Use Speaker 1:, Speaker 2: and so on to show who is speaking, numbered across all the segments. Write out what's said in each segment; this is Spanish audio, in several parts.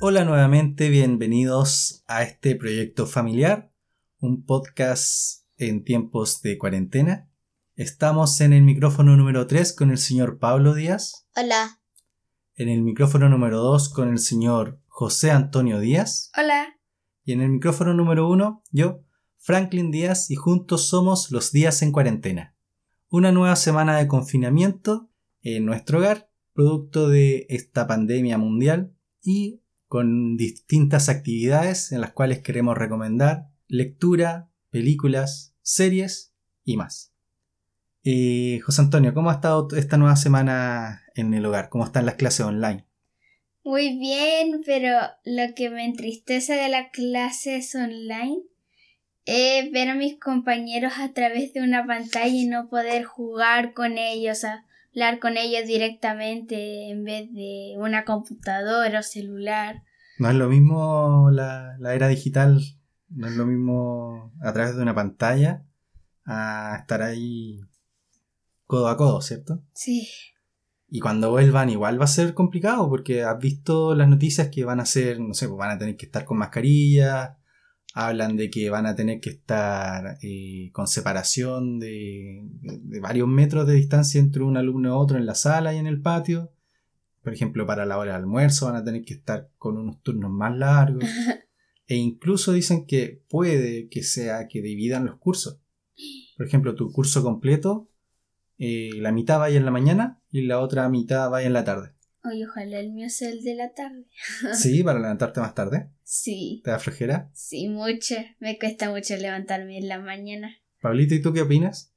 Speaker 1: Hola nuevamente, bienvenidos a este proyecto familiar, un podcast en tiempos de cuarentena. Estamos en el micrófono número 3 con el señor Pablo Díaz,
Speaker 2: Hola.
Speaker 1: en el micrófono número 2 con el señor José Antonio Díaz
Speaker 2: Hola.
Speaker 1: y en el micrófono número 1 yo, Franklin Díaz, y juntos somos los días en cuarentena. Una nueva semana de confinamiento en nuestro hogar, producto de esta pandemia mundial y con distintas actividades en las cuales queremos recomendar lectura, películas, series y más. Eh, José Antonio, ¿cómo ha estado esta nueva semana en el hogar? ¿Cómo están las clases online?
Speaker 2: Muy bien, pero lo que me entristece de las clases online es ver a mis compañeros a través de una pantalla y no poder jugar con ellos, hablar con ellos directamente en vez de una computadora o celular.
Speaker 1: No es lo mismo la, la era digital, no es lo mismo a través de una pantalla a estar ahí codo a codo, ¿cierto?
Speaker 2: Sí.
Speaker 1: Y cuando vuelvan igual va a ser complicado porque has visto las noticias que van a ser, no sé, pues van a tener que estar con mascarilla, hablan de que van a tener que estar eh, con separación de, de varios metros de distancia entre un alumno y otro en la sala y en el patio. Por ejemplo, para la hora de almuerzo van a tener que estar con unos turnos más largos. E incluso dicen que puede que sea que dividan los cursos. Por ejemplo, tu curso completo, eh, la mitad vaya en la mañana y la otra mitad vaya en la tarde.
Speaker 2: Oye, ojalá el mío sea el de la tarde.
Speaker 1: Sí, para levantarte más tarde.
Speaker 2: Sí.
Speaker 1: ¿Te da flojera?
Speaker 2: Sí, mucho. Me cuesta mucho levantarme en la mañana.
Speaker 1: Pablito, ¿y tú qué opinas?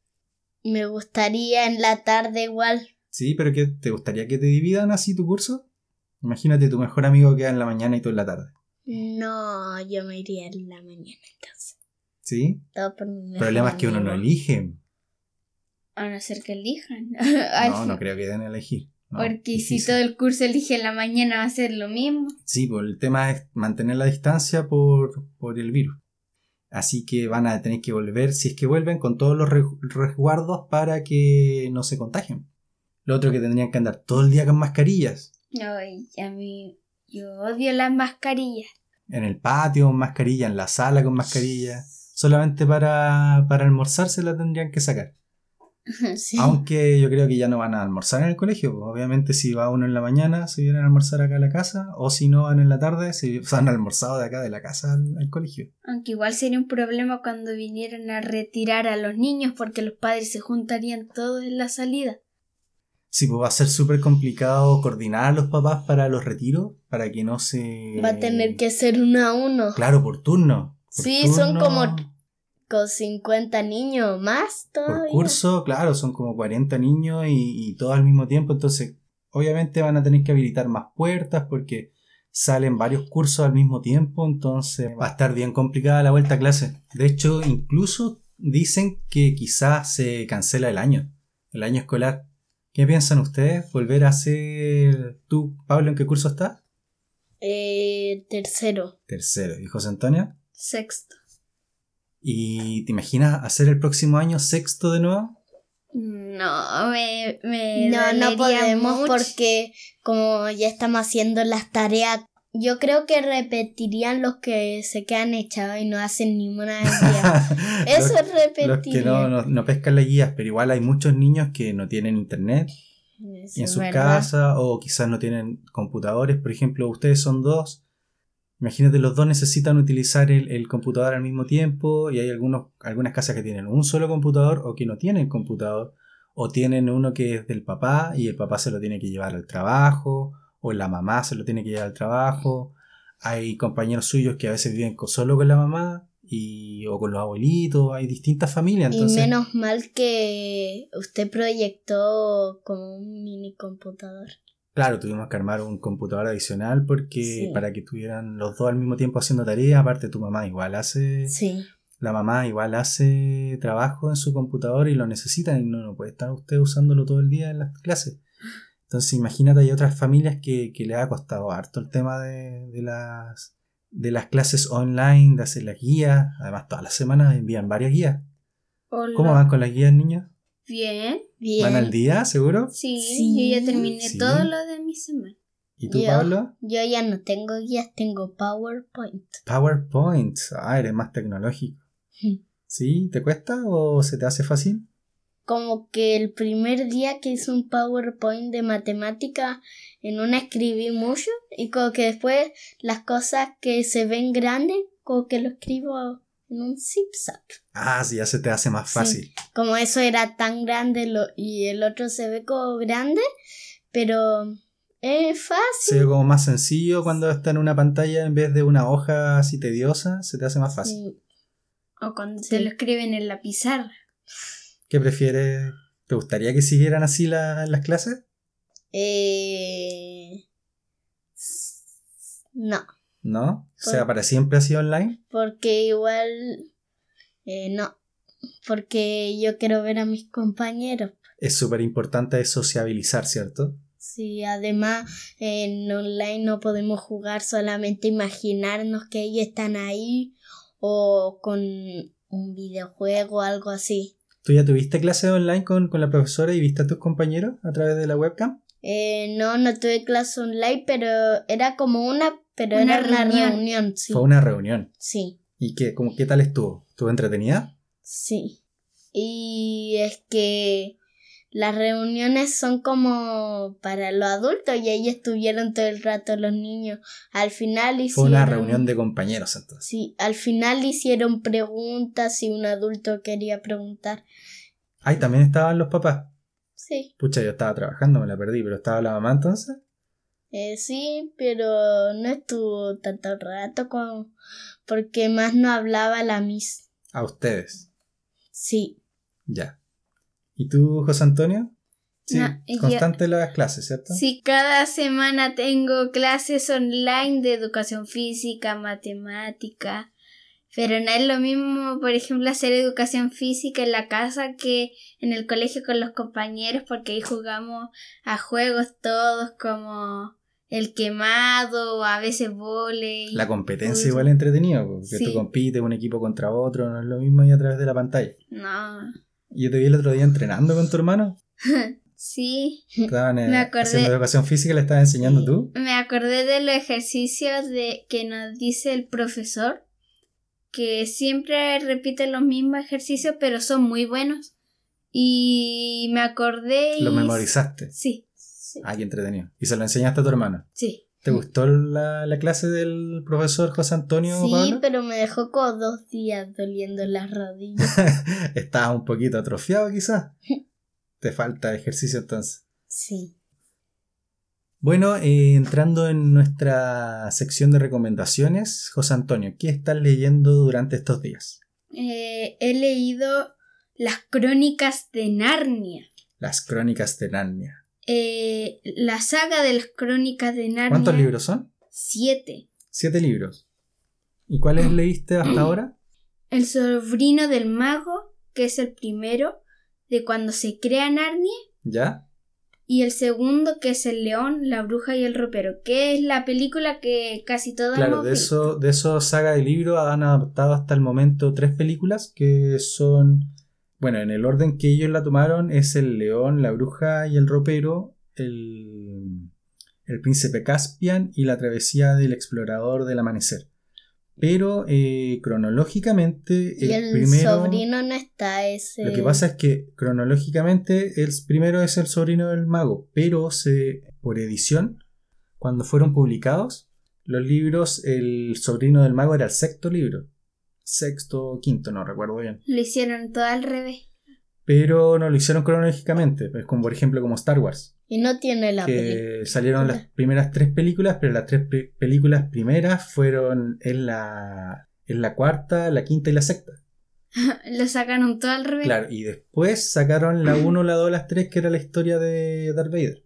Speaker 2: Me gustaría en la tarde igual.
Speaker 1: Sí, pero ¿qué, ¿te gustaría que te dividan así tu curso? Imagínate tu mejor amigo queda en la mañana y tú en la tarde.
Speaker 2: No, yo me iría en la mañana entonces.
Speaker 1: ¿Sí?
Speaker 2: Todo por mi
Speaker 1: El problema es que uno no elige.
Speaker 2: A no ser que elijan. Al
Speaker 1: No, no
Speaker 2: fin-
Speaker 1: creo que den a elegir. No,
Speaker 2: Porque si
Speaker 1: difícil.
Speaker 2: todo el curso elige en la mañana va a ser lo mismo.
Speaker 1: Sí, pues el tema es mantener la distancia por, por el virus. Así que van a tener que volver, si es que vuelven, con todos los re- resguardos para que no se contagien. Lo otro que tendrían que andar todo el día con mascarillas.
Speaker 2: Ay, a mí, yo odio las mascarillas.
Speaker 1: En el patio con mascarilla, en la sala con mascarilla. Solamente para, para almorzar se la tendrían que sacar.
Speaker 2: sí.
Speaker 1: Aunque yo creo que ya no van a almorzar en el colegio. pues, Obviamente si va uno en la mañana, se vienen a almorzar acá a la casa. O si no van en la tarde, se se han almorzado de acá de la casa al- al colegio.
Speaker 2: Aunque igual sería un problema cuando vinieran a retirar a los niños porque los padres se juntarían todos en la salida.
Speaker 1: Sí, pues va a ser súper complicado coordinar a los papás para los retiros, para que no se...
Speaker 3: Va a tener que ser uno a uno.
Speaker 1: Claro, por turno. Por
Speaker 3: Sí, son
Speaker 1: turno,
Speaker 3: como- Con 50 niños o más todavía.
Speaker 1: Por curso, claro, son como 40 niños y, y todos al mismo tiempo, entonces obviamente van a tener que habilitar más puertas porque salen varios cursos al mismo tiempo, entonces va a estar bien complicada la vuelta a clase. De hecho, incluso dicen que quizás se cancela el año, el año escolar. ¿Qué piensan ustedes? ¿Volver a hacer... ¿Tú, Pablo, en qué curso estás?
Speaker 3: Eh, tercero.
Speaker 1: Tercero. ¿Y José Antonio?
Speaker 2: Sexto.
Speaker 1: ¿Y te imaginas hacer el próximo año sexto de nuevo?
Speaker 2: No, me, me
Speaker 3: No, no
Speaker 2: dolería
Speaker 3: podemos
Speaker 2: mucho.
Speaker 3: porque como ya estamos haciendo las tareas, yo creo que repetirían los que se quedan echados y no hacen ninguna tarea. Eso
Speaker 1: Los-
Speaker 3: es
Speaker 1: Los que
Speaker 3: repetir.
Speaker 1: no, no, no pescan las guías, pero igual hay muchos niños que no tienen internet
Speaker 3: Eso
Speaker 1: en
Speaker 3: es
Speaker 1: sus
Speaker 3: verdad.
Speaker 1: casas o quizás no tienen computadores. Por ejemplo, ustedes son dos. Imagínate, los dos necesitan utilizar el, el computador al mismo tiempo y hay algunos, algunas casas que tienen un solo computador o que no tienen computador o tienen uno que es del papá y el papá se lo tiene que llevar al trabajo o la mamá se lo tiene que llevar al trabajo. Hay compañeros suyos que a veces viven co- solo con la mamá y, o con los abuelitos. Hay distintas familias. Entonces,
Speaker 3: y menos mal que usted proyectó como un mini computador.
Speaker 1: Claro, tuvimos que armar un computador adicional porque
Speaker 3: Sí.
Speaker 1: para que estuvieran los dos al mismo tiempo haciendo tareas, aparte tu mamá igual hace,
Speaker 3: Sí.
Speaker 1: la mamá igual hace trabajo en su computador y lo necesita y no, no puede estar usted usándolo todo el día en las clases. Entonces imagínate, hay otras familias que, que les ha costado harto el tema de, de las, de las clases online, de hacer las guías, además todas las semanas envían varias guías.
Speaker 2: Hola.
Speaker 1: ¿Cómo van con las guías, niños?
Speaker 2: Bien.
Speaker 3: Bien.
Speaker 1: ¿Van al día, seguro?
Speaker 2: Sí,
Speaker 3: Sí.
Speaker 2: yo ya terminé
Speaker 1: Sí.
Speaker 2: todo lo de mi semana.
Speaker 1: ¿Y tú,
Speaker 3: Yo.
Speaker 1: Pablo?
Speaker 3: Yo ya no tengo guías, tengo PowerPoint.
Speaker 1: PowerPoint. Ah, eres más tecnológico.
Speaker 3: Sí.
Speaker 1: ¿Sí? ¿Te cuesta o se te hace fácil?
Speaker 3: Como que el primer día que hice un PowerPoint de matemática, en una escribí mucho y como que después las cosas que se ven grandes, como que lo escribo en un zigzag.
Speaker 1: Ah, sí, ya se te hace más
Speaker 3: Sí. Ah,
Speaker 1: fácil.
Speaker 3: Como eso era tan grande lo, y el otro se ve como grande, pero es fácil.
Speaker 1: Se ve como más sencillo cuando está en una pantalla en vez de una hoja así tediosa, se te hace más fácil.
Speaker 2: O cuando
Speaker 3: Sí.
Speaker 2: se lo escriben en la pizarra.
Speaker 1: ¿Qué prefieres? ¿Te gustaría que siguieran así la- las clases?
Speaker 3: Eh, s- no.
Speaker 1: ¿No? O sea,
Speaker 3: Por-
Speaker 1: para siempre así online.
Speaker 3: Porque igual... eh, no. Porque yo quiero ver a mis compañeros.
Speaker 1: Es súper importante sociabilizar, ¿cierto?
Speaker 3: Sí, además en online no podemos jugar, solamente imaginarnos que ellos están ahí o con un videojuego o algo así.
Speaker 1: ¿Tú ya tuviste clases online con, con la profesora y viste a tus compañeros a través de la webcam?
Speaker 3: Eh, no, no tuve clase online, pero era como una, pero
Speaker 2: Una
Speaker 3: era una
Speaker 2: reunión.
Speaker 3: reunión, sí.
Speaker 1: Fue una reunión.
Speaker 3: Sí.
Speaker 1: ¿Y qué, como, qué tal estuvo? ¿Estuvo entretenida?
Speaker 3: Sí. Y es que las reuniones son como para los adultos y ahí estuvieron todo el rato los niños. Al final
Speaker 1: Fue
Speaker 3: hicieron...
Speaker 1: una reunión de compañeros entonces.
Speaker 3: Sí, al final hicieron preguntas si un adulto quería preguntar.
Speaker 1: Ay, también estaban los papás.
Speaker 3: Sí,
Speaker 1: Pucha, yo estaba trabajando, me la perdí, pero estaba la mamá entonces.
Speaker 3: eh, sí, pero no estuvo tanto rato como... porque más no hablaba la Miss.
Speaker 1: A ustedes.
Speaker 3: Sí,
Speaker 1: Ya. ¿Y tú, José Antonio? Sí,
Speaker 2: No, yo-
Speaker 1: constante las clases, ¿cierto?
Speaker 2: Si cada semana tengo clases online de educación física, matemática, pero no es lo mismo, por ejemplo, hacer educación física en la casa que en el colegio con los compañeros, porque ahí jugamos a juegos todos como el quemado o a veces volei.
Speaker 1: La competencia
Speaker 2: Uy,
Speaker 1: igual es entretenida, porque tú
Speaker 2: Sí.
Speaker 1: compites un equipo contra otro, no es lo mismo ahí a través de la pantalla.
Speaker 2: No.
Speaker 1: Yo te vi el otro día entrenando con tu hermano.
Speaker 2: Sí.
Speaker 1: Estaban eh,
Speaker 2: Me acordé.
Speaker 1: haciendo educación física, le estabas enseñando
Speaker 3: Sí.
Speaker 1: tú.
Speaker 2: Me acordé de los ejercicios de que nos dice el profesor, que siempre repite los mismos ejercicios, pero son muy buenos. Y me acordé y...
Speaker 1: Lo memorizaste.
Speaker 2: Sí,
Speaker 3: sí.
Speaker 1: Ah, qué entretenido. Y se lo enseñaste a tu hermano.
Speaker 2: sí.
Speaker 1: ¿Te gustó la, la clase del profesor José Antonio
Speaker 3: Sí,
Speaker 1: Pablo?
Speaker 3: pero me dejó como dos días doliendo las rodillas.
Speaker 1: Estabas un poquito atrofiado quizás. Te falta ejercicio entonces.
Speaker 3: Sí.
Speaker 1: Bueno, eh, entrando en nuestra sección de recomendaciones, José Antonio, ¿qué estás leyendo durante estos días?
Speaker 2: Eh, he leído las crónicas de Narnia.
Speaker 1: Las crónicas de Narnia.
Speaker 2: Eh, la saga de las crónicas de Narnia.
Speaker 1: ¿Cuántos libros son?
Speaker 2: Siete.
Speaker 1: Siete libros. ¿Y cuáles leíste hasta ahora?
Speaker 2: El sobrino del mago, que es el primero, de cuando se crea Narnia.
Speaker 1: ¿Ya?
Speaker 2: Y el segundo, que es El León, la Bruja y el Ropero, que es la película que casi todos
Speaker 1: Claro,
Speaker 2: hemos
Speaker 1: de
Speaker 2: visto.
Speaker 1: eso, de eso saga de libros han adaptado hasta el momento tres películas que son, bueno, en el orden que ellos la tomaron es El León, La Bruja y el Ropero, El, el Príncipe Caspian y La Travesía del Explorador del Amanecer. Pero eh, cronológicamente el,
Speaker 3: y el
Speaker 1: primero...
Speaker 3: sobrino no está ese.
Speaker 1: Lo que pasa es que cronológicamente el primero es el sobrino del mago, pero se, por edición, cuando fueron publicados, los libros, el sobrino del mago era el sexto libro. Sexto o quinto, no recuerdo bien.
Speaker 2: Lo hicieron todo al revés.
Speaker 1: Pero no lo hicieron cronológicamente, es como por ejemplo como Star Wars,
Speaker 3: Y no tiene la película.
Speaker 1: que salieron las primeras tres películas, pero las tres pe- películas primeras fueron en la, en la cuarta, la quinta y la sexta.
Speaker 2: Lo sacaron todo al revés.
Speaker 1: Claro, y después sacaron la 1, la 2, las 3, que era la historia de Darth Vader.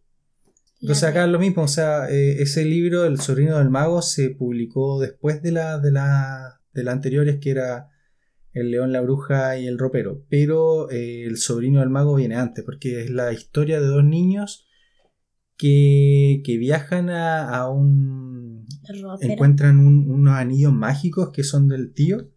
Speaker 1: Entonces acá es lo mismo, o sea, eh, ese libro, El sobrino del mago, se publicó después de la, de la, de las anteriores, que era El león, la bruja y el ropero. Pero eh, El sobrino del mago viene antes, porque es la historia de dos niños que, que viajan a, a un...
Speaker 3: Ropero.
Speaker 1: encuentran un- unos anillos mágicos que son del tío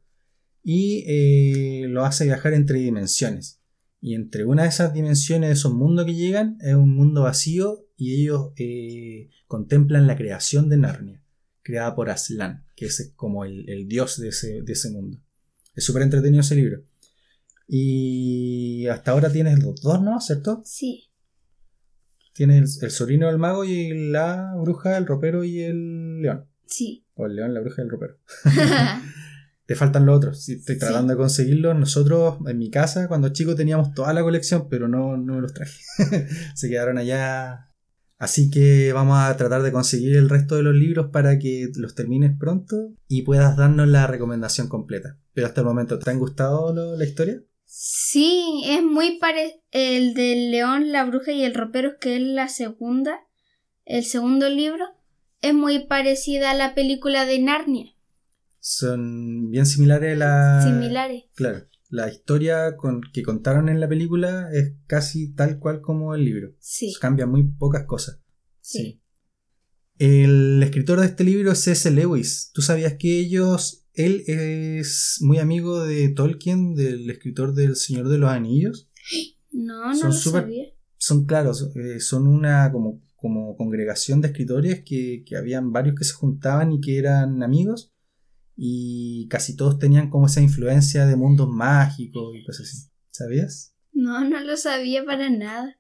Speaker 1: y eh, lo hace viajar entre dimensiones. Y entre una de esas dimensiones, de esos mundos que llegan, es un mundo vacío y ellos eh, contemplan la creación de Narnia, creada por Aslan, que es como el, el dios de ese, de ese mundo. Es súper entretenido ese libro. Y hasta ahora tienes los dos, ¿no? ¿Cierto?
Speaker 2: Sí.
Speaker 1: Tienes el, el sobrino del mago y la bruja, el ropero y el león.
Speaker 2: Sí.
Speaker 1: O el león, la bruja y el ropero. Te faltan los otros. Si estoy tratando de conseguirlos. Nosotros en mi casa, cuando chico, teníamos toda la colección, pero no, no me los traje. Se quedaron allá. Así que vamos a tratar de conseguir el resto de los libros para que los termines pronto y puedas darnos la recomendación completa. Pero hasta el momento, ¿te han gustado lo- la historia?
Speaker 2: Sí, es muy parecido. El del león, la bruja y el ropero, que es la segunda, el segundo libro, es muy parecida a la película de Narnia.
Speaker 1: Son bien similares la...
Speaker 2: Similares.
Speaker 1: Claro. La historia con, que contaron en la película es casi tal cual como el libro.
Speaker 2: Sí.
Speaker 1: Cambian muy pocas cosas.
Speaker 2: Sí.
Speaker 1: El escritor de este libro es C.S. Lewis. ¿Tú sabías que ellos, él es muy amigo de Tolkien, del escritor del Señor de los Anillos?
Speaker 2: No, no
Speaker 1: Son
Speaker 2: lo
Speaker 1: súper-
Speaker 2: sabía.
Speaker 1: Son claros, eh, son una como, como congregación de escritores que, que habían varios que se juntaban y que eran amigos y casi todos tenían como esa influencia de mundos mágicos y cosas así. ¿Sabías?
Speaker 2: No, no lo sabía para nada.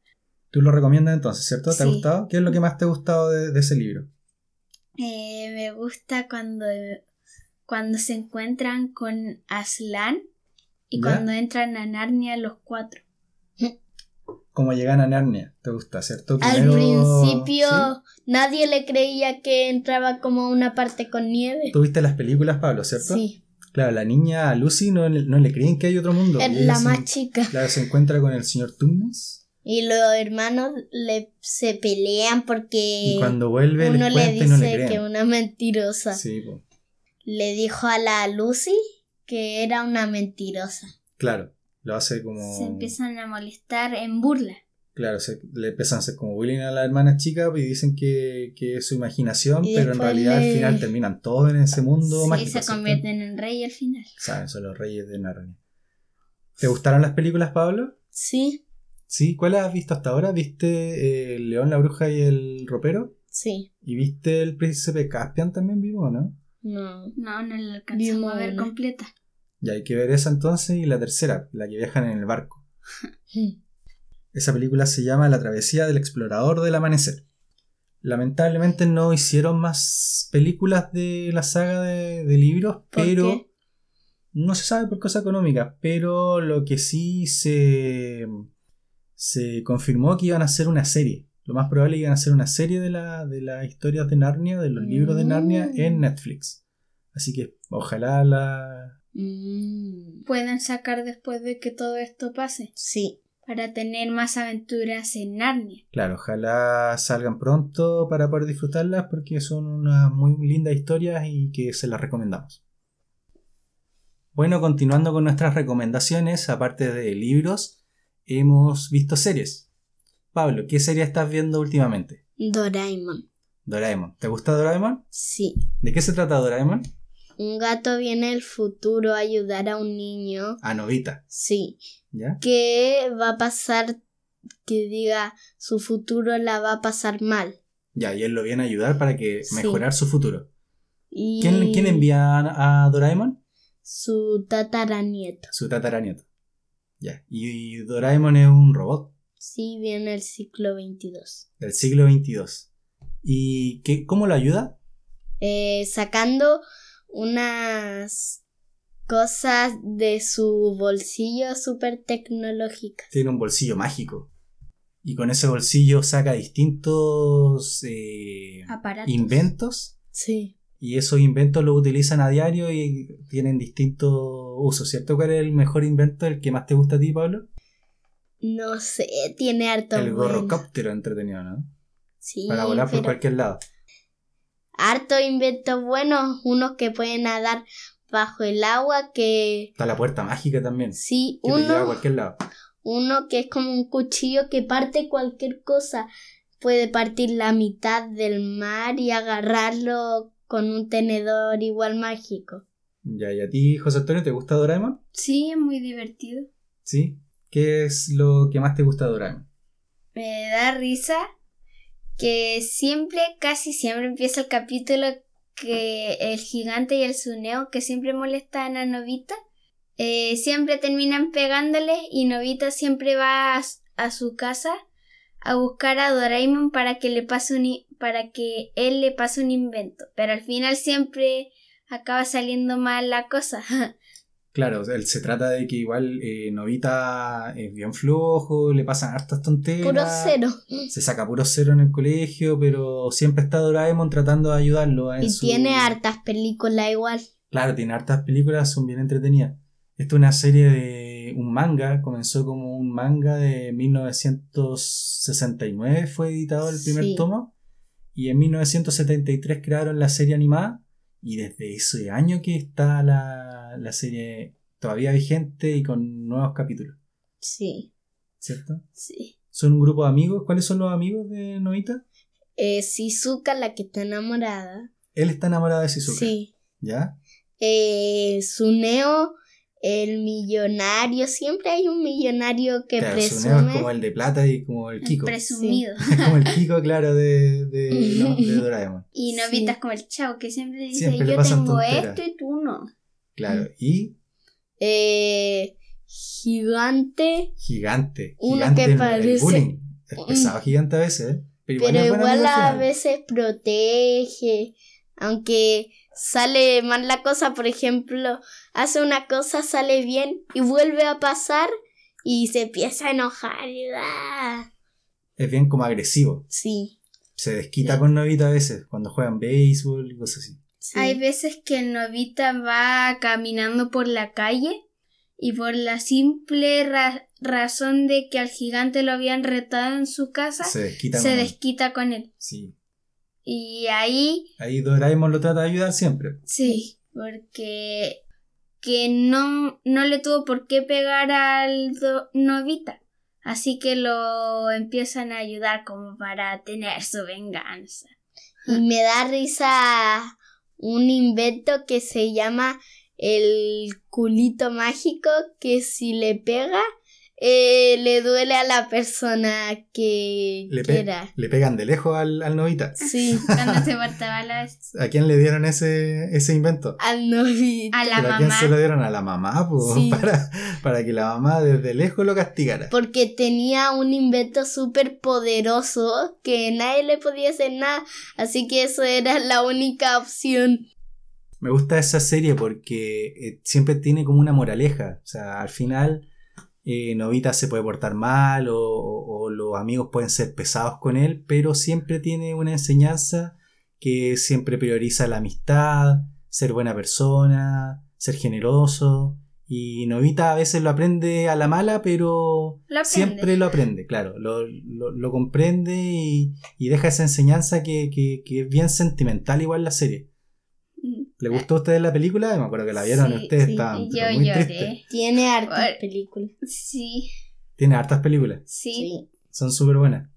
Speaker 1: Tú lo recomiendas entonces, ¿cierto? ¿Te ha
Speaker 2: Sí.
Speaker 1: gustado? ¿Qué es lo que más te ha gustado de- de ese libro?
Speaker 2: Eh, me gusta cuando, cuando se encuentran con Aslan y
Speaker 1: ¿Ya?
Speaker 2: cuando entran a Narnia los cuatro.
Speaker 1: Como llegan a Narnia, te gusta, ¿cierto?
Speaker 3: Al
Speaker 1: Primero-
Speaker 3: principio
Speaker 1: ¿sí?
Speaker 3: nadie le creía que entraba como a una parte con nieve.
Speaker 1: Tuviste las películas, Pablo, ¿cierto?
Speaker 3: Sí,
Speaker 1: Claro, la niña Lucy no, no le creen que hay otro mundo.
Speaker 3: es
Speaker 1: Y ella
Speaker 3: la
Speaker 1: se-
Speaker 3: más chica.
Speaker 1: Claro, se encuentra con el señor Tumnus.
Speaker 3: Y los hermanos le, se pelean porque
Speaker 1: y cuando vuelve,
Speaker 3: uno
Speaker 1: les
Speaker 3: le
Speaker 1: cuenta
Speaker 3: dice
Speaker 1: y no le
Speaker 3: que
Speaker 1: creen.
Speaker 3: una mentirosa.
Speaker 1: Sí, po.
Speaker 3: Le dijo a la Lucy que era una mentirosa.
Speaker 1: claro, lo hace como.
Speaker 2: Se empiezan a molestar en burla.
Speaker 1: Claro, se- le empiezan a hacer como bullying a la hermana chica y dicen que, que es su imaginación,
Speaker 3: Y
Speaker 1: pero en
Speaker 3: después
Speaker 1: realidad al
Speaker 3: le-
Speaker 1: final terminan todos en ese mundo
Speaker 2: y
Speaker 1: mágico.
Speaker 2: se
Speaker 1: ¿cierto?
Speaker 2: convierten en rey al final.
Speaker 1: Saben, son los reyes de Narnia. ¿Te gustaron las películas, Pablo?
Speaker 3: Sí,
Speaker 1: Sí, ¿cuál has visto hasta ahora? ¿Viste eh, el León, la Bruja y el Ropero?
Speaker 3: sí,
Speaker 1: ¿Y viste el Príncipe Caspian también vivo, no?
Speaker 3: no.
Speaker 2: No, no la alcanzamos
Speaker 3: Vimos
Speaker 2: a ver
Speaker 3: una.
Speaker 2: completa.
Speaker 1: Ya hay que ver esa entonces y la tercera, la que viajan en el barco. Esa película se llama La travesía del explorador del amanecer. Lamentablemente no hicieron más películas de la saga de, de libros,
Speaker 3: ¿Por
Speaker 1: pero
Speaker 3: qué?
Speaker 1: no se sabe por cosa económica, pero lo que sí se, se confirmó que iban a hacer una serie. Lo más probable es que iban a hacer una serie de, la, de las historias de Narnia, de los libros de Narnia
Speaker 3: Mm.
Speaker 1: en Netflix. Así que ojalá la...
Speaker 3: Mm,
Speaker 2: Pueden sacar después de que todo esto pase
Speaker 3: sí.
Speaker 2: para tener más aventuras en Narnia.
Speaker 1: Claro, ojalá salgan pronto para poder disfrutarlas porque son unas muy lindas historias y que se las recomendamos. Bueno, continuando con nuestras recomendaciones, aparte de libros, hemos visto series. Pablo, ¿qué serie estás viendo últimamente?
Speaker 3: Doraemon,
Speaker 1: Doraemon. ¿Te gusta Doraemon?
Speaker 3: sí.
Speaker 1: ¿De qué se trata Doraemon?
Speaker 3: Un gato viene del futuro a ayudar a un niño,
Speaker 1: A Novita,
Speaker 3: sí.
Speaker 1: ¿ya?
Speaker 3: Que va a pasar, que diga, su futuro la va a pasar mal.
Speaker 1: Ya, y él lo viene a ayudar para que
Speaker 3: Sí.
Speaker 1: mejorar su futuro.
Speaker 3: Y
Speaker 1: ¿Quién, quién envía a a Doraemon?
Speaker 3: Su tataranieto.
Speaker 1: Su tataranieto. Ya. Y Doraemon es un robot.
Speaker 3: Sí, viene el siglo 22.
Speaker 1: del siglo XXII. ¿Y qué, cómo lo ayuda?
Speaker 3: Eh, sacando unas cosas de su bolsillo súper tecnológicas.
Speaker 1: Tiene un bolsillo mágico. Y con ese bolsillo saca distintos eh,
Speaker 2: Aparatos.
Speaker 1: inventos.
Speaker 3: Sí.
Speaker 1: Y esos inventos los utilizan a diario y tienen distintos usos, ¿cierto? ¿Cuál es el mejor invento, el que más te gusta a ti, Pablo?
Speaker 3: No sé, tiene harto
Speaker 1: el
Speaker 3: bueno.
Speaker 1: gorrocóptero entretenido, ¿no?
Speaker 3: Sí,
Speaker 1: Para volar por
Speaker 3: pero
Speaker 1: cualquier lado.
Speaker 3: harto inventos buenos, unos que pueden nadar bajo el agua, que
Speaker 1: Está la puerta mágica también, que
Speaker 3: sí,
Speaker 1: te lleva a
Speaker 3: uno,
Speaker 1: cualquier lado.
Speaker 3: uno que es como un cuchillo que parte cualquier cosa, puede partir la mitad del mar y agarrarlo con un tenedor igual mágico.
Speaker 1: Ya, ¿y a ti, José Antonio, te gusta Doraemon?
Speaker 2: Sí, es muy divertido.
Speaker 1: ¿Sí? ¿Qué es lo que más te gusta de Doraemon?
Speaker 2: Me da risa que siempre, casi siempre empieza el capítulo que el gigante y el suneo que siempre molestan a Novita eh, siempre terminan pegándole y Novita siempre va a, a su casa a buscar a Doraemon para que le pase un i- para que él le pase un invento, pero al final siempre acaba saliendo mal la cosa.
Speaker 1: Claro, él se trata de que igual eh, Novita es bien flojo, le pasan hartas tonteras.
Speaker 3: Puro cero.
Speaker 1: Se saca puro cero en el colegio, pero siempre está Doraemon tratando de ayudarlo. en
Speaker 3: Y
Speaker 1: su-
Speaker 3: tiene hartas películas igual.
Speaker 1: Claro, tiene hartas películas, son bien entretenidas. Esta es una serie de un manga, comenzó como un manga de 1969, fue editado el primer
Speaker 3: Sí.
Speaker 1: tomo, y en 1973 crearon la serie animada, y desde ese año que está la, la serie todavía vigente y con nuevos capítulos,
Speaker 3: Sí,
Speaker 1: ¿cierto?
Speaker 3: sí.
Speaker 1: Son un grupo de amigos, ¿cuáles son los amigos de Novita?
Speaker 3: Eh, Shizuka, la que está enamorada.
Speaker 1: Él está enamorado de Shizuka,
Speaker 3: Sí.
Speaker 1: ¿ya?
Speaker 3: Eh, Suneo, el millonario. Siempre hay un millonario que
Speaker 1: Claro, su neo es
Speaker 3: presume.
Speaker 1: como el de plata y como el Kiko.
Speaker 2: Presumido.
Speaker 1: como el Kiko, claro, de, de, ¿no? de Doraemon.
Speaker 2: Y
Speaker 3: Sí.
Speaker 2: Novita es como el chavo que siempre dice,
Speaker 1: Siempre le
Speaker 2: yo
Speaker 1: pasan
Speaker 2: tengo
Speaker 1: tonteras".
Speaker 2: esto y tú no.
Speaker 1: Claro, y
Speaker 3: Eh, gigante.
Speaker 1: gigante.
Speaker 3: Uno
Speaker 1: gigante
Speaker 3: que
Speaker 1: en el
Speaker 3: parece- Mm.
Speaker 1: bullying. Es pesado gigante a veces, ¿eh? pero igual,
Speaker 3: Pero
Speaker 1: es buena amiga
Speaker 3: igual
Speaker 1: al
Speaker 3: a
Speaker 1: final.
Speaker 3: veces protege. Aunque sale mal la cosa, por ejemplo, hace una cosa, sale bien y vuelve a pasar y se empieza a enojar. y ¡ah!
Speaker 1: Es bien como agresivo.
Speaker 3: Sí.
Speaker 1: Se desquita
Speaker 3: Sí.
Speaker 1: con Novita a veces, cuando juegan béisbol y cosas así.
Speaker 3: sí.
Speaker 2: Hay veces que el Novita va caminando por la calle y por la simple ra- razón de que al gigante lo habían retado en su casa,
Speaker 1: Se desquita
Speaker 2: se
Speaker 1: con él.
Speaker 2: desquita con él.
Speaker 1: Sí.
Speaker 2: Y ahí
Speaker 1: Ahí Doraemon lo trata de ayudar siempre.
Speaker 2: sí, porque que no, no le tuvo por qué pegar al do- Novita. Así que lo empiezan a ayudar como para tener su venganza.
Speaker 3: Y me da risa un invento que se llama el culito mágico, que si le pega, eh, le duele a la persona que
Speaker 1: Le, pe-
Speaker 3: quiera.
Speaker 1: le pegan de lejos al, al Novita.
Speaker 3: Sí,
Speaker 2: Cuando se portaba la
Speaker 1: ¿A quién le dieron ese, ese invento?
Speaker 3: al novito.
Speaker 2: a la
Speaker 1: ¿Pero ¿A quién
Speaker 2: mamá.
Speaker 1: se lo dieron? A la mamá, po,
Speaker 3: Sí.
Speaker 1: para, para que la mamá desde lejos lo castigara.
Speaker 3: Porque tenía un invento súper poderoso que nadie le podía hacer nada. Así que eso era la única opción.
Speaker 1: Me gusta esa serie porque eh, siempre tiene como una moraleja. O sea, al final eh, Novita se puede portar mal o, o- o los amigos pueden ser pesados con él, pero siempre tiene una enseñanza que siempre prioriza la amistad, ser buena persona, ser generoso. Y Novita a veces lo aprende a la mala, pero
Speaker 2: Lo aprende.
Speaker 1: siempre lo aprende, claro. Lo, lo- lo comprende y, y deja esa enseñanza que, que- que es bien sentimental igual la serie. ¿Le gustó a ustedes la película? Me acuerdo que la vieron
Speaker 2: Ah. Sí,
Speaker 1: ustedes,
Speaker 3: sí,
Speaker 1: estaban
Speaker 2: Yo
Speaker 1: pero muy
Speaker 2: lloré.
Speaker 1: tristes.
Speaker 3: Tiene hartas
Speaker 2: Bueno.
Speaker 3: películas.
Speaker 2: Sí,
Speaker 1: Tiene hartas películas,
Speaker 2: sí.
Speaker 1: son súper buenas.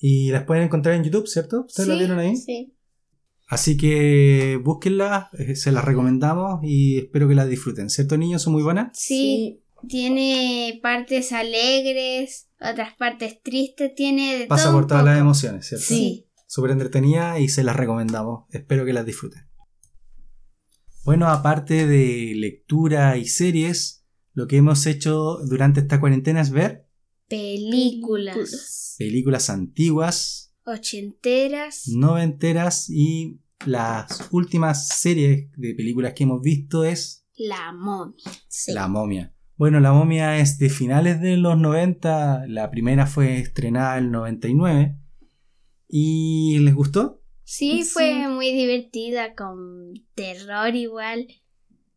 Speaker 1: Y las pueden encontrar en YouTube, ¿cierto? ¿Ustedes
Speaker 2: Sí,
Speaker 1: la vieron ahí?
Speaker 3: Sí, sí.
Speaker 1: Así que búsquenlas, eh, se las recomendamos y espero que las disfruten. ¿Cierto, niños? ¿Son muy buenas?
Speaker 2: Sí. Tiene partes alegres, otras partes tristes, tiene de
Speaker 1: Pasa
Speaker 2: todo.
Speaker 1: por
Speaker 2: un
Speaker 1: todas las
Speaker 2: poco.
Speaker 1: emociones, ¿cierto?
Speaker 3: Sí.
Speaker 1: súper entretenida y se las recomendamos. Espero que las disfruten. Bueno, aparte de lectura y series, lo que hemos hecho durante esta cuarentena es ver
Speaker 2: Películas
Speaker 1: películas antiguas,
Speaker 2: ochenteras.
Speaker 1: Mm. noventeras y las últimas series de películas que hemos visto es
Speaker 2: La momia.
Speaker 3: Sí.
Speaker 1: La momia. Bueno, La momia es de finales de los 90, la primera fue estrenada en el 99. ¿Y les gustó?
Speaker 2: Sí,
Speaker 3: Sí.
Speaker 2: fue muy divertida, con terror igual.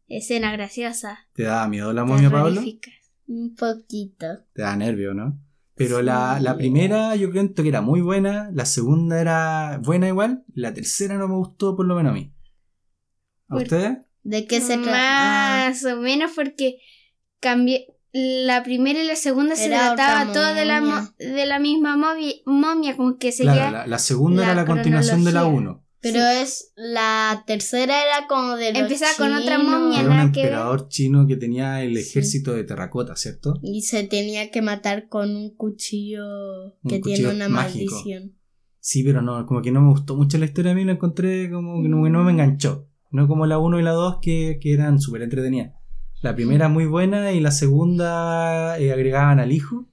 Speaker 2: Escena graciosa.
Speaker 1: ¿Te daba miedo La momia, Pablo?
Speaker 2: terrorífica.
Speaker 3: Un poquito.
Speaker 1: te da nervio, ¿no? Pero
Speaker 3: Sí.
Speaker 1: la, la primera yo creo que era muy buena, la segunda era buena igual, la tercera no me gustó por lo menos a mí. ¿A
Speaker 2: Por-
Speaker 1: ustedes?
Speaker 3: ¿De qué
Speaker 2: Mm,
Speaker 3: se trata? Ah,
Speaker 2: Más o menos porque cambié. La primera y la segunda se
Speaker 3: Era otra
Speaker 2: trataba todo de la, mo-
Speaker 3: momia.
Speaker 2: de la misma movi- momia, como que se
Speaker 1: Claro, la, la segunda
Speaker 2: la
Speaker 1: era la continuación de la
Speaker 2: cronología.
Speaker 1: 1.
Speaker 3: Pero es la tercera era como de los
Speaker 2: Empezaba con otra
Speaker 3: chinos.
Speaker 2: momia,
Speaker 1: Era
Speaker 2: ¿no?
Speaker 1: un
Speaker 2: nada que ver.
Speaker 1: emperador chino que tenía el
Speaker 3: Sí.
Speaker 1: ejército de terracota, ¿cierto?
Speaker 3: Y se tenía que matar con un cuchillo
Speaker 1: Un
Speaker 3: que
Speaker 1: cuchillo
Speaker 3: tiene una
Speaker 1: mágico.
Speaker 3: maldición.
Speaker 1: Sí, pero no, como que no me gustó mucho la historia a mí, la encontré como que no, que
Speaker 3: Mm.
Speaker 1: no me enganchó. No como la 1 y la 2 que, que eran súper entretenidas. La primera muy buena y la segunda eh, agregaban al hijo.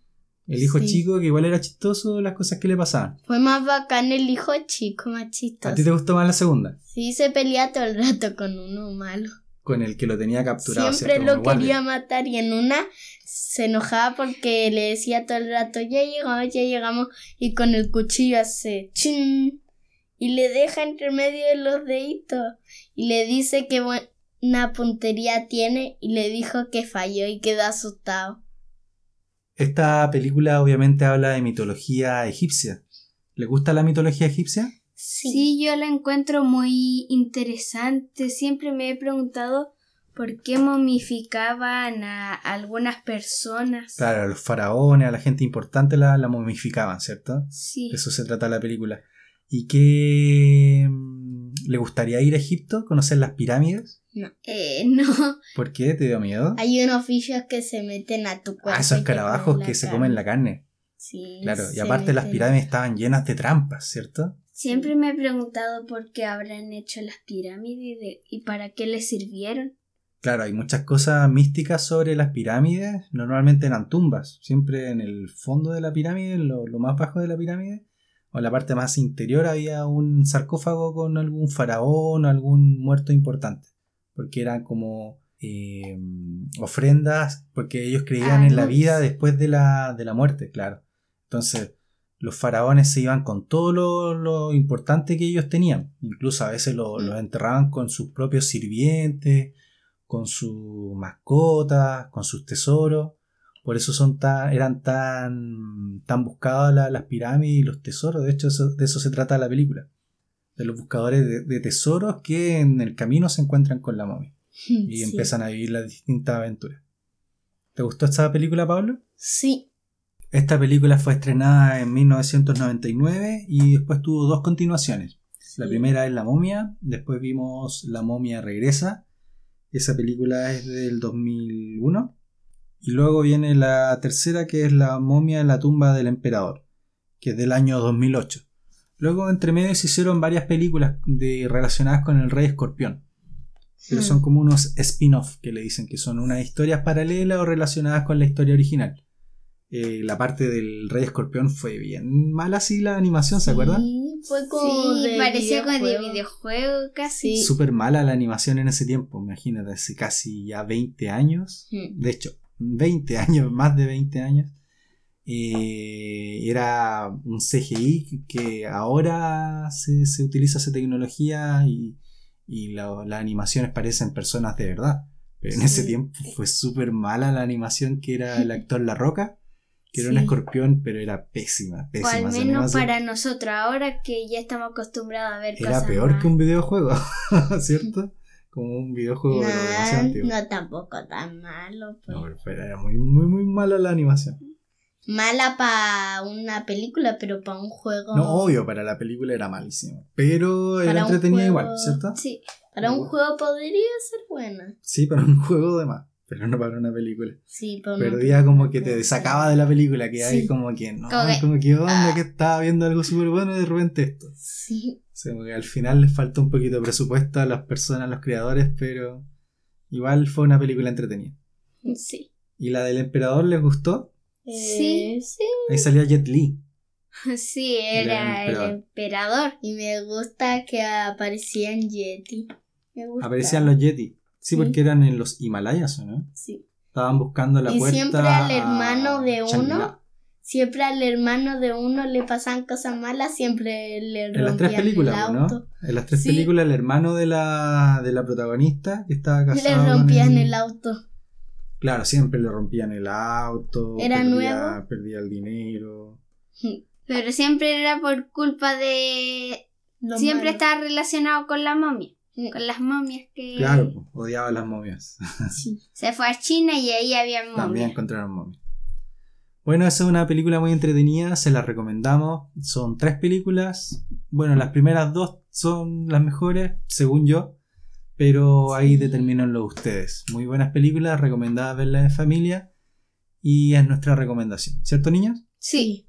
Speaker 1: El hijo
Speaker 3: Sí.
Speaker 1: chico, que igual era chistoso las cosas que le pasaban.
Speaker 3: Fue más bacán el hijo chico,
Speaker 1: ¿A
Speaker 3: más
Speaker 1: ti
Speaker 3: chistoso.
Speaker 1: te gustó más la segunda?
Speaker 3: Sí, se pelea todo el rato con uno malo.
Speaker 1: Con el que lo tenía capturado. ¿cierto?
Speaker 3: Siempre
Speaker 1: Con el
Speaker 3: lo
Speaker 1: guardia.
Speaker 3: quería matar y en una se enojaba porque le decía todo el rato, ya llegamos, ya llegamos, y con el cuchillo hace chin y le deja entre medio de los deditos y le dice que buena puntería tiene y le dijo que falló y quedó asustado.
Speaker 1: Esta película obviamente habla de mitología egipcia. ¿Le gusta la mitología egipcia?
Speaker 2: Sí. yo la encuentro muy interesante. Siempre me he preguntado por qué momificaban a algunas personas.
Speaker 1: Claro, a los faraones, a la gente importante la, la momificaban, ¿cierto?
Speaker 2: Sí.
Speaker 1: De eso se trata la película. ¿Y qué mm, le gustaría ir a Egipto? ¿Conocer las pirámides?
Speaker 2: Eh, no.
Speaker 1: ¿Por qué? ¿Te dio miedo?
Speaker 3: Hay unos bichos que se meten a tu cuerpo.
Speaker 1: Ah, esos
Speaker 3: y te
Speaker 1: carabajos
Speaker 3: la
Speaker 1: que se
Speaker 3: carne.
Speaker 1: comen la carne.
Speaker 3: Sí,
Speaker 1: Claro, y
Speaker 3: se
Speaker 1: aparte las
Speaker 3: meten.
Speaker 1: pirámides estaban llenas de trampas, ¿cierto?
Speaker 2: Siempre me he preguntado por qué habrán hecho las pirámides y, de- y para qué les sirvieron.
Speaker 1: Claro, hay muchas cosas místicas sobre las pirámides. Normalmente eran tumbas. Siempre en el fondo de la pirámide, en lo, lo más bajo de la pirámide, o en la parte más interior, había un sarcófago con algún faraón o algún muerto importante. Porque eran como eh, ofrendas, porque ellos creían en la
Speaker 2: Aros.
Speaker 1: vida después de la, de la muerte, claro. Entonces, los faraones se iban con todo lo, lo importante que ellos tenían. Incluso a veces lo-
Speaker 3: Mm.
Speaker 1: los enterraban con sus propios sirvientes, con sus mascotas, con sus tesoros. Por eso son tan, eran tan, tan buscadas la- las pirámides y los tesoros. De hecho, eso- de eso se trata la película. De los buscadores de, de tesoros que en el camino se encuentran con la momia y
Speaker 3: Sí.
Speaker 1: empiezan a vivir las distintas aventuras. ¿Te gustó esta película, Pablo?
Speaker 3: Sí,
Speaker 1: Esta película fue estrenada en 1999 y después tuvo dos continuaciones. La
Speaker 3: Sí.
Speaker 1: primera es La momia, después vimos La momia regresa. Esa película es del 2001. Y luego viene la tercera que es La momia en la tumba del emperador, que es del año 2008. Luego entre medio se hicieron varias películas de, relacionadas con el rey escorpión. Pero
Speaker 3: Hmm.
Speaker 1: son como unos spin-off que le dicen que son unas historias paralelas o relacionadas con la historia original. Eh, la parte del Rey Escorpión fue bien mala, sí, la animación, ¿se acuerdan?
Speaker 3: Sí, fue como
Speaker 2: sí,
Speaker 3: de
Speaker 2: parecía como de
Speaker 3: videojuego.
Speaker 2: videojuego casi.
Speaker 3: Sí.
Speaker 1: Súper mala la animación en ese tiempo, imagínate, hace casi ya 20 años.
Speaker 2: Hmm.
Speaker 3: Mm.
Speaker 1: De hecho, 20 años, más de 20 años. Eh, era un CGI que ahora se, se utiliza esa tecnología y, y la- las animaciones parecen personas de verdad. Pero en ese
Speaker 3: Sí.
Speaker 1: tiempo fue súper mala la animación que era el actor La Roca, que era un
Speaker 3: Sí.
Speaker 1: escorpión, pero era pésima,
Speaker 2: O
Speaker 1: pésima.
Speaker 2: al
Speaker 1: esa
Speaker 2: menos
Speaker 1: animación.
Speaker 2: para nosotros ahora que ya estamos acostumbrados a ver
Speaker 1: Era
Speaker 2: cosas
Speaker 1: peor
Speaker 2: más.
Speaker 1: que un videojuego, ¿cierto? Como un videojuego de la
Speaker 3: Nah,
Speaker 1: animación, tío.
Speaker 3: no tampoco tan malo. pues.
Speaker 1: No, pero- pero era muy, muy, muy mala la animación.
Speaker 3: Mala para una película, pero para un juego.
Speaker 1: No, obvio, para la película era malísimo. Pero
Speaker 3: Para
Speaker 1: era
Speaker 3: un
Speaker 1: entretenida
Speaker 3: juego-
Speaker 1: igual, ¿cierto?
Speaker 2: Sí.
Speaker 3: Para un
Speaker 1: Bueno.
Speaker 3: juego podría ser buena.
Speaker 1: Sí, para un juego de más, pero no para una película.
Speaker 3: Sí, para una
Speaker 1: Perdía como que
Speaker 3: película.
Speaker 1: te sacaba de la película, que hay
Speaker 3: Sí.
Speaker 1: como que no,
Speaker 2: Como que-
Speaker 1: como que onda,
Speaker 2: Ah.
Speaker 1: que estaba viendo algo súper bueno y de repente esto.
Speaker 3: Sí,
Speaker 1: O sea, como que al final les faltó un poquito de presupuesto a las personas, a los creadores, pero igual fue una película entretenida.
Speaker 3: sí.
Speaker 1: ¿Y la del emperador les gustó?
Speaker 3: Eh,
Speaker 2: Sí.
Speaker 3: sí.
Speaker 1: Ahí salía Jet Li.
Speaker 2: Sí,
Speaker 1: Era
Speaker 2: era
Speaker 1: el
Speaker 2: el
Speaker 1: emperador.
Speaker 2: emperador.
Speaker 3: Y me gusta que aparecían Yeti. Me gusta.
Speaker 1: Aparecían los Yeti. Sí,
Speaker 3: Sí.
Speaker 1: porque eran en los Himalayas, ¿o no?
Speaker 3: Sí.
Speaker 1: Estaban buscando la
Speaker 3: Y
Speaker 1: puerta.
Speaker 3: siempre al
Speaker 1: a
Speaker 3: hermano de uno,
Speaker 1: Shangri-La.
Speaker 3: Siempre al hermano de uno le pasan cosas malas, siempre le rompían
Speaker 1: En las tres películas,
Speaker 3: el
Speaker 1: ¿no?
Speaker 3: auto.
Speaker 1: En las tres
Speaker 3: Sí.
Speaker 1: películas, el hermano de la, de la protagonista que estaba
Speaker 3: Le
Speaker 1: casado. con
Speaker 3: rompían el auto.
Speaker 1: Claro, siempre le rompían el auto.
Speaker 3: Era
Speaker 1: perdía,
Speaker 3: nuevo.
Speaker 1: Perdía el dinero.
Speaker 2: Pero siempre era por culpa de...
Speaker 3: Lo
Speaker 2: siempre
Speaker 3: malo.
Speaker 2: estaba relacionado con la momia.
Speaker 3: Mm.
Speaker 2: Con las momias que...
Speaker 1: Claro, pues, odiaba las momias.
Speaker 3: Sí.
Speaker 2: Se fue a China y ahí había
Speaker 1: También
Speaker 2: momias.
Speaker 1: encontraron momias. Bueno, esa es una película muy entretenida, se la recomendamos. Son tres películas. Bueno, las primeras dos son las mejores, según yo. Pero ahí
Speaker 3: Sí.
Speaker 1: determinenlo ustedes. Muy buenas películas, recomendadas verlas en familia. Y es nuestra recomendación. ¿Cierto, niños?
Speaker 2: Sí.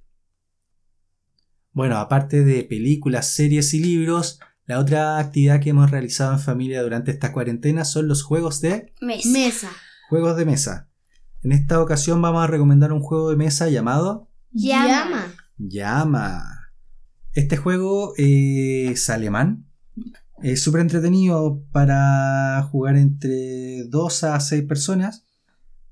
Speaker 1: Bueno, aparte de películas, series y libros, la otra actividad que hemos realizado en familia durante esta cuarentena son los juegos de
Speaker 2: Mesa.
Speaker 3: Mesa.
Speaker 1: juegos de mesa. En esta ocasión vamos a recomendar un juego de mesa llamado
Speaker 2: Llama.
Speaker 1: Llama. Este juego eh, es alemán. Es súper entretenido para jugar entre 2 a 6 personas.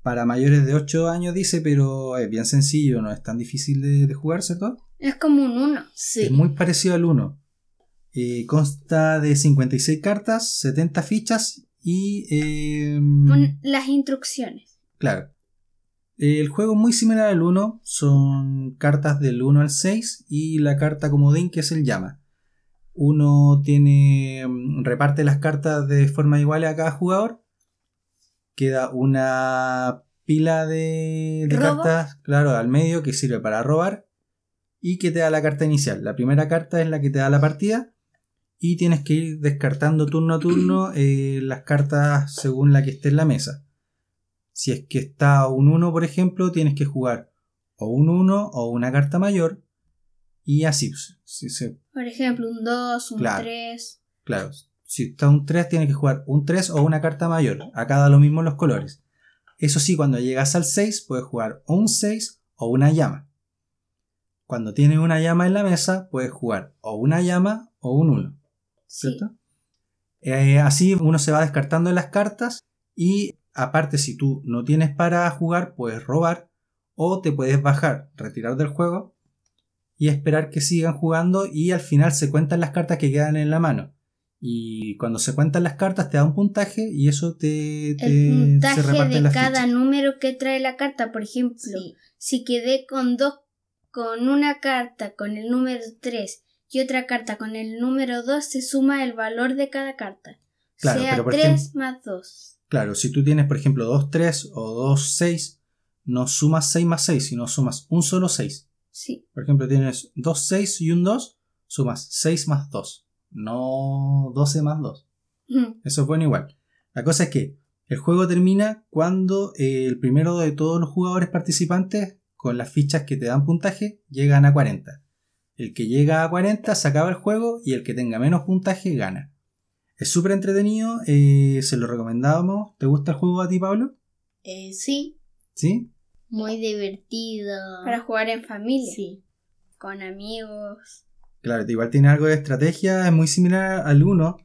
Speaker 1: Para mayores de 8 años dice, pero es bien sencillo, no es tan difícil de, de jugar, ¿cierto?
Speaker 2: Es como un uno.
Speaker 1: Es
Speaker 3: Sí.
Speaker 1: muy parecido al 1. consta de 56 cartas, 70 fichas y... eh,
Speaker 2: Pon las instrucciones.
Speaker 1: Claro. El juego es muy similar al 1, son cartas del 1 al 6 y la carta comodín que es el llama. Uno tiene mm, reparte las cartas de forma igual a cada jugador. Queda una pila de, de
Speaker 2: ¿Robo?
Speaker 1: cartas, claro, al medio que sirve para robar y que te da la carta inicial. La primera carta es la que te da la partida y tienes que ir descartando turno a turno eh, las cartas según la que esté en la mesa. Si es que está un 1, por ejemplo, tienes que jugar o un 1 o una carta mayor y así. Si se
Speaker 2: Por ejemplo, un 2, un
Speaker 1: Claro.
Speaker 2: 3.
Speaker 1: Claro, si está un 3, tienes que jugar un 3 o una carta mayor. Acá da lo mismo los colores. Eso sí, cuando llegas al 6, puedes jugar o un 6 o una llama. Cuando tienes una llama en la mesa, puedes jugar o una llama o un 1.
Speaker 2: Sí.
Speaker 1: ¿cierto? Eh, así uno se va descartando las cartas y aparte si tú no tienes para jugar puedes robar o te puedes bajar, retirar del juego y esperar que sigan jugando y al final se cuentan las cartas que quedan en la mano. Y cuando se cuentan las cartas te da un puntaje y eso te, te- se
Speaker 2: El puntaje
Speaker 1: reparten
Speaker 2: de
Speaker 1: las
Speaker 2: cada
Speaker 1: fichas.
Speaker 2: número que trae la carta, por ejemplo.
Speaker 3: Sí.
Speaker 2: Si quedé con dos, con una carta con el número 3 y otra carta con el número 2, se suma el valor de cada carta.
Speaker 1: Claro,
Speaker 2: sea
Speaker 1: pero por
Speaker 2: 3 más 2.
Speaker 1: Claro, si tú tienes por ejemplo 2, 3 o 2, 6, no sumas 6 más 6, sino sumas un solo 6.
Speaker 2: Sí,
Speaker 1: Por ejemplo, tienes 2, 6 y un 2, sumas 6 más 2, no 12 más 2.
Speaker 2: Mm,
Speaker 1: Eso es bueno igual. La cosa es que el juego termina cuando eh, el primero de todos los jugadores participantes, con las fichas que te dan puntaje, llegan a 40. El que llega a 40 se acaba el juego y el que tenga menos puntaje gana. Es súper entretenido, eh, se lo recomendamos. ¿Te gusta el juego a ti, Pablo?
Speaker 3: Eh, sí.
Speaker 1: ¿Sí?
Speaker 3: Muy divertido.
Speaker 2: para jugar en familia,
Speaker 3: Sí.
Speaker 2: con amigos.
Speaker 1: Claro, igual tiene algo de estrategia, es muy similar al 1,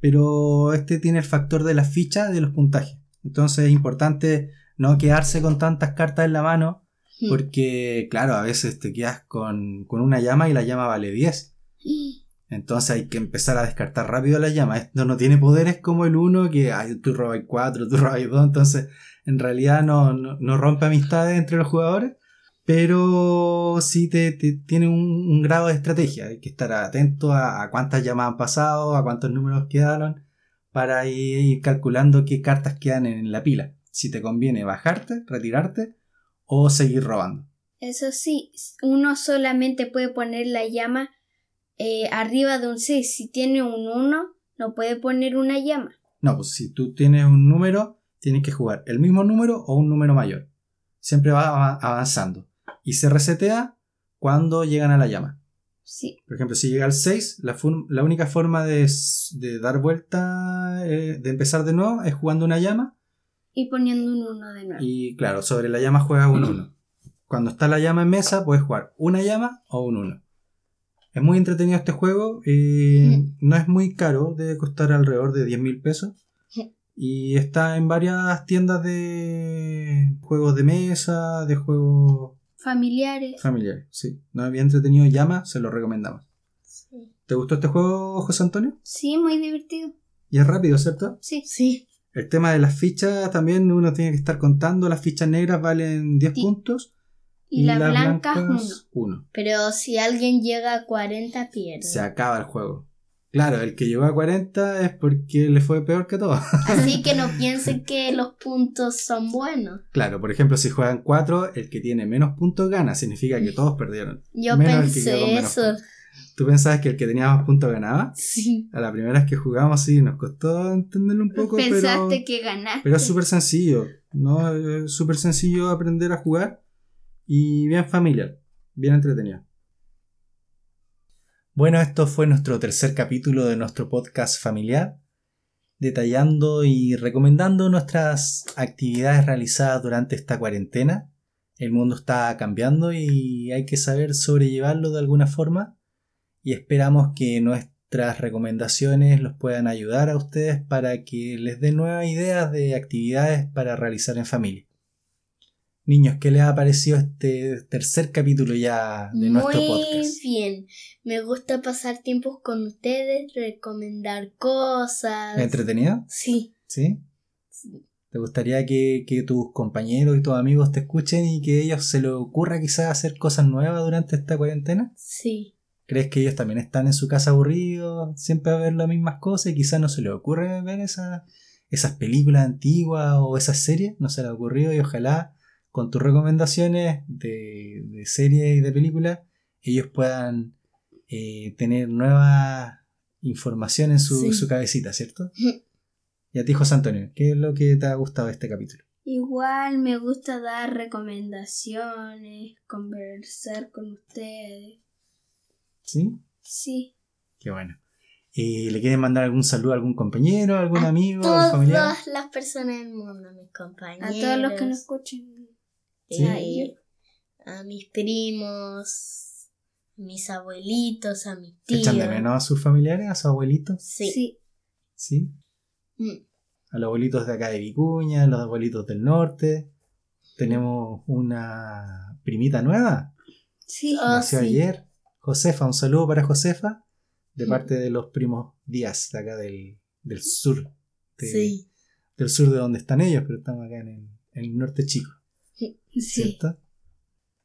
Speaker 1: pero este tiene el factor de las fichas de los puntajes. Entonces es importante no quedarse con tantas cartas en la mano,
Speaker 3: Mm.
Speaker 1: porque claro, a veces te quedas con, con una llama y la llama vale 10.
Speaker 3: Mm.
Speaker 1: Entonces hay que empezar a descartar rápido las llamas. Esto no tiene poderes como el 1, que ay, tú robas 4, tú robas 2, entonces en realidad no, no, no rompe amistades entre los jugadores pero sí te, te- tiene un, un grado de estrategia. Hay que estar atento a, a cuántas llamadas han pasado, a cuántos números quedaron, para ir, ir calculando qué cartas quedan en la pila. Si te conviene bajarte, retirarte o seguir robando.
Speaker 2: Eso sí, uno solamente puede poner la llama eh, arriba de un 6. Si tiene un 1, no puede poner una llama.
Speaker 1: No, pues si tú tienes un número, tienes que jugar el mismo número o un número mayor. Siempre va ava- avanzando. Y se resetea cuando llegan a la llama.
Speaker 2: Sí,
Speaker 1: Por ejemplo, si llega al 6, la, form- la única forma de, s- de dar vuelta, eh, de empezar de nuevo, es jugando una llama.
Speaker 2: y poniendo un 1 de nuevo.
Speaker 1: Y claro, sobre la llama juegas un 1. Cuando está la llama en mesa, puedes jugar una llama o un 1. Es muy entretenido este juego. eh, no es muy caro, debe costar alrededor de 10 mil pesos.
Speaker 3: Sí.
Speaker 1: Y está en varias tiendas de juegos de mesa, de juegos
Speaker 2: Familiares.
Speaker 1: familiares. Sí, no había entretenido llama, se lo recomendamos.
Speaker 3: Sí.
Speaker 1: ¿Te gustó este juego, José Antonio?
Speaker 2: Sí, muy divertido.
Speaker 1: Y es rápido, ¿cierto?
Speaker 2: Sí.
Speaker 3: Sí.
Speaker 1: El tema de las fichas también uno tiene que estar contando. Las fichas negras valen 10
Speaker 2: Sí.
Speaker 1: puntos.
Speaker 2: Y, la blanca es uno.
Speaker 1: 1.
Speaker 3: Pero si alguien llega a 40 pierde.
Speaker 1: Se acaba el juego. Claro, el que llegó a 40 es porque le fue peor que todo.
Speaker 3: Así que no piensen que los puntos son buenos.
Speaker 1: Claro, por ejemplo, si juegan 4, el que tiene menos puntos gana. Significa que todos perdieron.
Speaker 3: Yo
Speaker 1: Menos el que quedó con
Speaker 3: pensé
Speaker 1: menos
Speaker 3: eso.
Speaker 1: ¿Tú pensabas que el que tenía más puntos ganaba?
Speaker 3: Sí.
Speaker 1: A la primera vez que jugamos sí, nos costó entenderlo un poco, pero...
Speaker 2: Pensaste que ganaste.
Speaker 1: Pero es súper sencillo, ¿no? Es súper sencillo aprender a jugar y bien familiar, bien entretenido. Bueno, esto fue nuestro tercer capítulo de nuestro podcast familiar, detallando y recomendando nuestras actividades realizadas durante esta cuarentena. El mundo está cambiando y hay que saber sobrellevarlo de alguna forma y esperamos que nuestras recomendaciones los puedan ayudar a ustedes para que les den nuevas ideas de actividades para realizar en familia. Niños, ¿qué les ha parecido este tercer capítulo ya de nuestro
Speaker 3: Muy
Speaker 1: podcast?
Speaker 3: bien. Me gusta pasar tiempos con ustedes, recomendar cosas.
Speaker 1: ¿Entretenido?
Speaker 3: Sí.
Speaker 1: ¿Sí? ¿Te gustaría que, que tus compañeros y tus amigos te escuchen y que ellos se les ocurra quizás hacer cosas nuevas durante esta cuarentena?
Speaker 3: Sí.
Speaker 1: ¿Crees que ellos también están en su casa aburridos, siempre a ver las mismas cosas y quizás no se les ocurre ver esa- esas películas antiguas o esas series? No se les ha ocurrido y ojalá con tus recomendaciones de, de series y de películas ellos puedan eh, tener nueva información en su,
Speaker 3: Sí.
Speaker 1: su cabecita, ¿cierto?
Speaker 3: Ujú.
Speaker 1: Y a ti, José Antonio, ¿qué es lo que te ha gustado de este capítulo?
Speaker 2: Igual me gusta dar recomendaciones, conversar con ustedes.
Speaker 1: ¿Sí?
Speaker 2: Sí.
Speaker 1: Qué bueno. Eh, ¿Le quieren mandar algún saludo a algún compañero, a algún
Speaker 3: A
Speaker 1: amigo, a algún familiar?
Speaker 3: Todas las personas del mundo, mis
Speaker 2: A
Speaker 3: compañeros.
Speaker 2: todos los que nos escuchan.
Speaker 1: Sí.
Speaker 3: a ellos, a mis primos, a mis abuelitos, a mis tíos.
Speaker 1: ¿Echan de menos a sus familiares, a sus abuelitos?
Speaker 3: Sí.
Speaker 1: ¿Sí?
Speaker 3: Mm.
Speaker 1: A los abuelitos de acá de Vicuña, a los abuelitos del norte. Tenemos una primita nueva.
Speaker 2: Sí.
Speaker 3: Ah,
Speaker 1: Nació
Speaker 3: sí.
Speaker 1: ayer. Josefa, un saludo para Josefa. De
Speaker 3: Mm.
Speaker 1: parte de los primos Díaz, de acá del, del sur. de-
Speaker 3: Sí.
Speaker 1: Del sur de donde están ellos, pero estamos acá en el, en el norte chico,
Speaker 2: Sí.
Speaker 1: ¿cierto?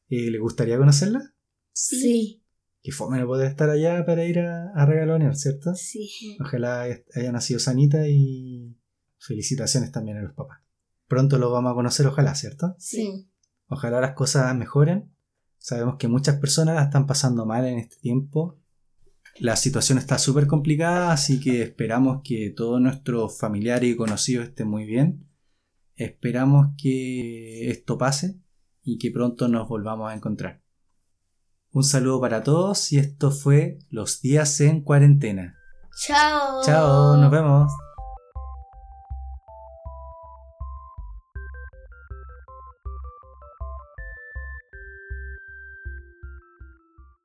Speaker 1: Eh, ¿Le gustaría conocerla?
Speaker 3: Sí.
Speaker 1: Que fome no poder estar allá para ir a, a regalonear, ¿cierto?
Speaker 2: Sí.
Speaker 1: Ojalá haya nacido sanita y felicitaciones también a los papás. Pronto los vamos a conocer, ojalá, ¿cierto?
Speaker 3: Sí.
Speaker 1: Ojalá las cosas mejoren. Sabemos que muchas personas la están pasando mal en este tiempo. La situación está súper complicada, así que esperamos que todos nuestros familiares y conocidos estén muy bien. Esperamos que esto pase y que pronto nos volvamos a encontrar. Un saludo para todos y esto fue Los días en cuarentena.
Speaker 3: Chao.
Speaker 1: Chao, nos vemos.